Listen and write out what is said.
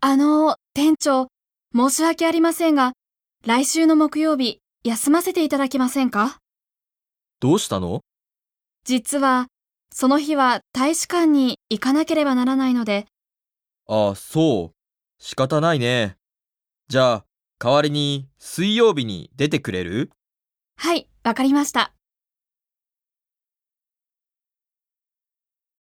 あの、店長、申し訳ありませんが、来週の木曜日、休ませていただけませんかどうしたの実は、その日は大使館に行かなければならないので、ああ、そう。仕方ないね。じゃあ、代わりに水曜日に出てくれるはい、わかりました。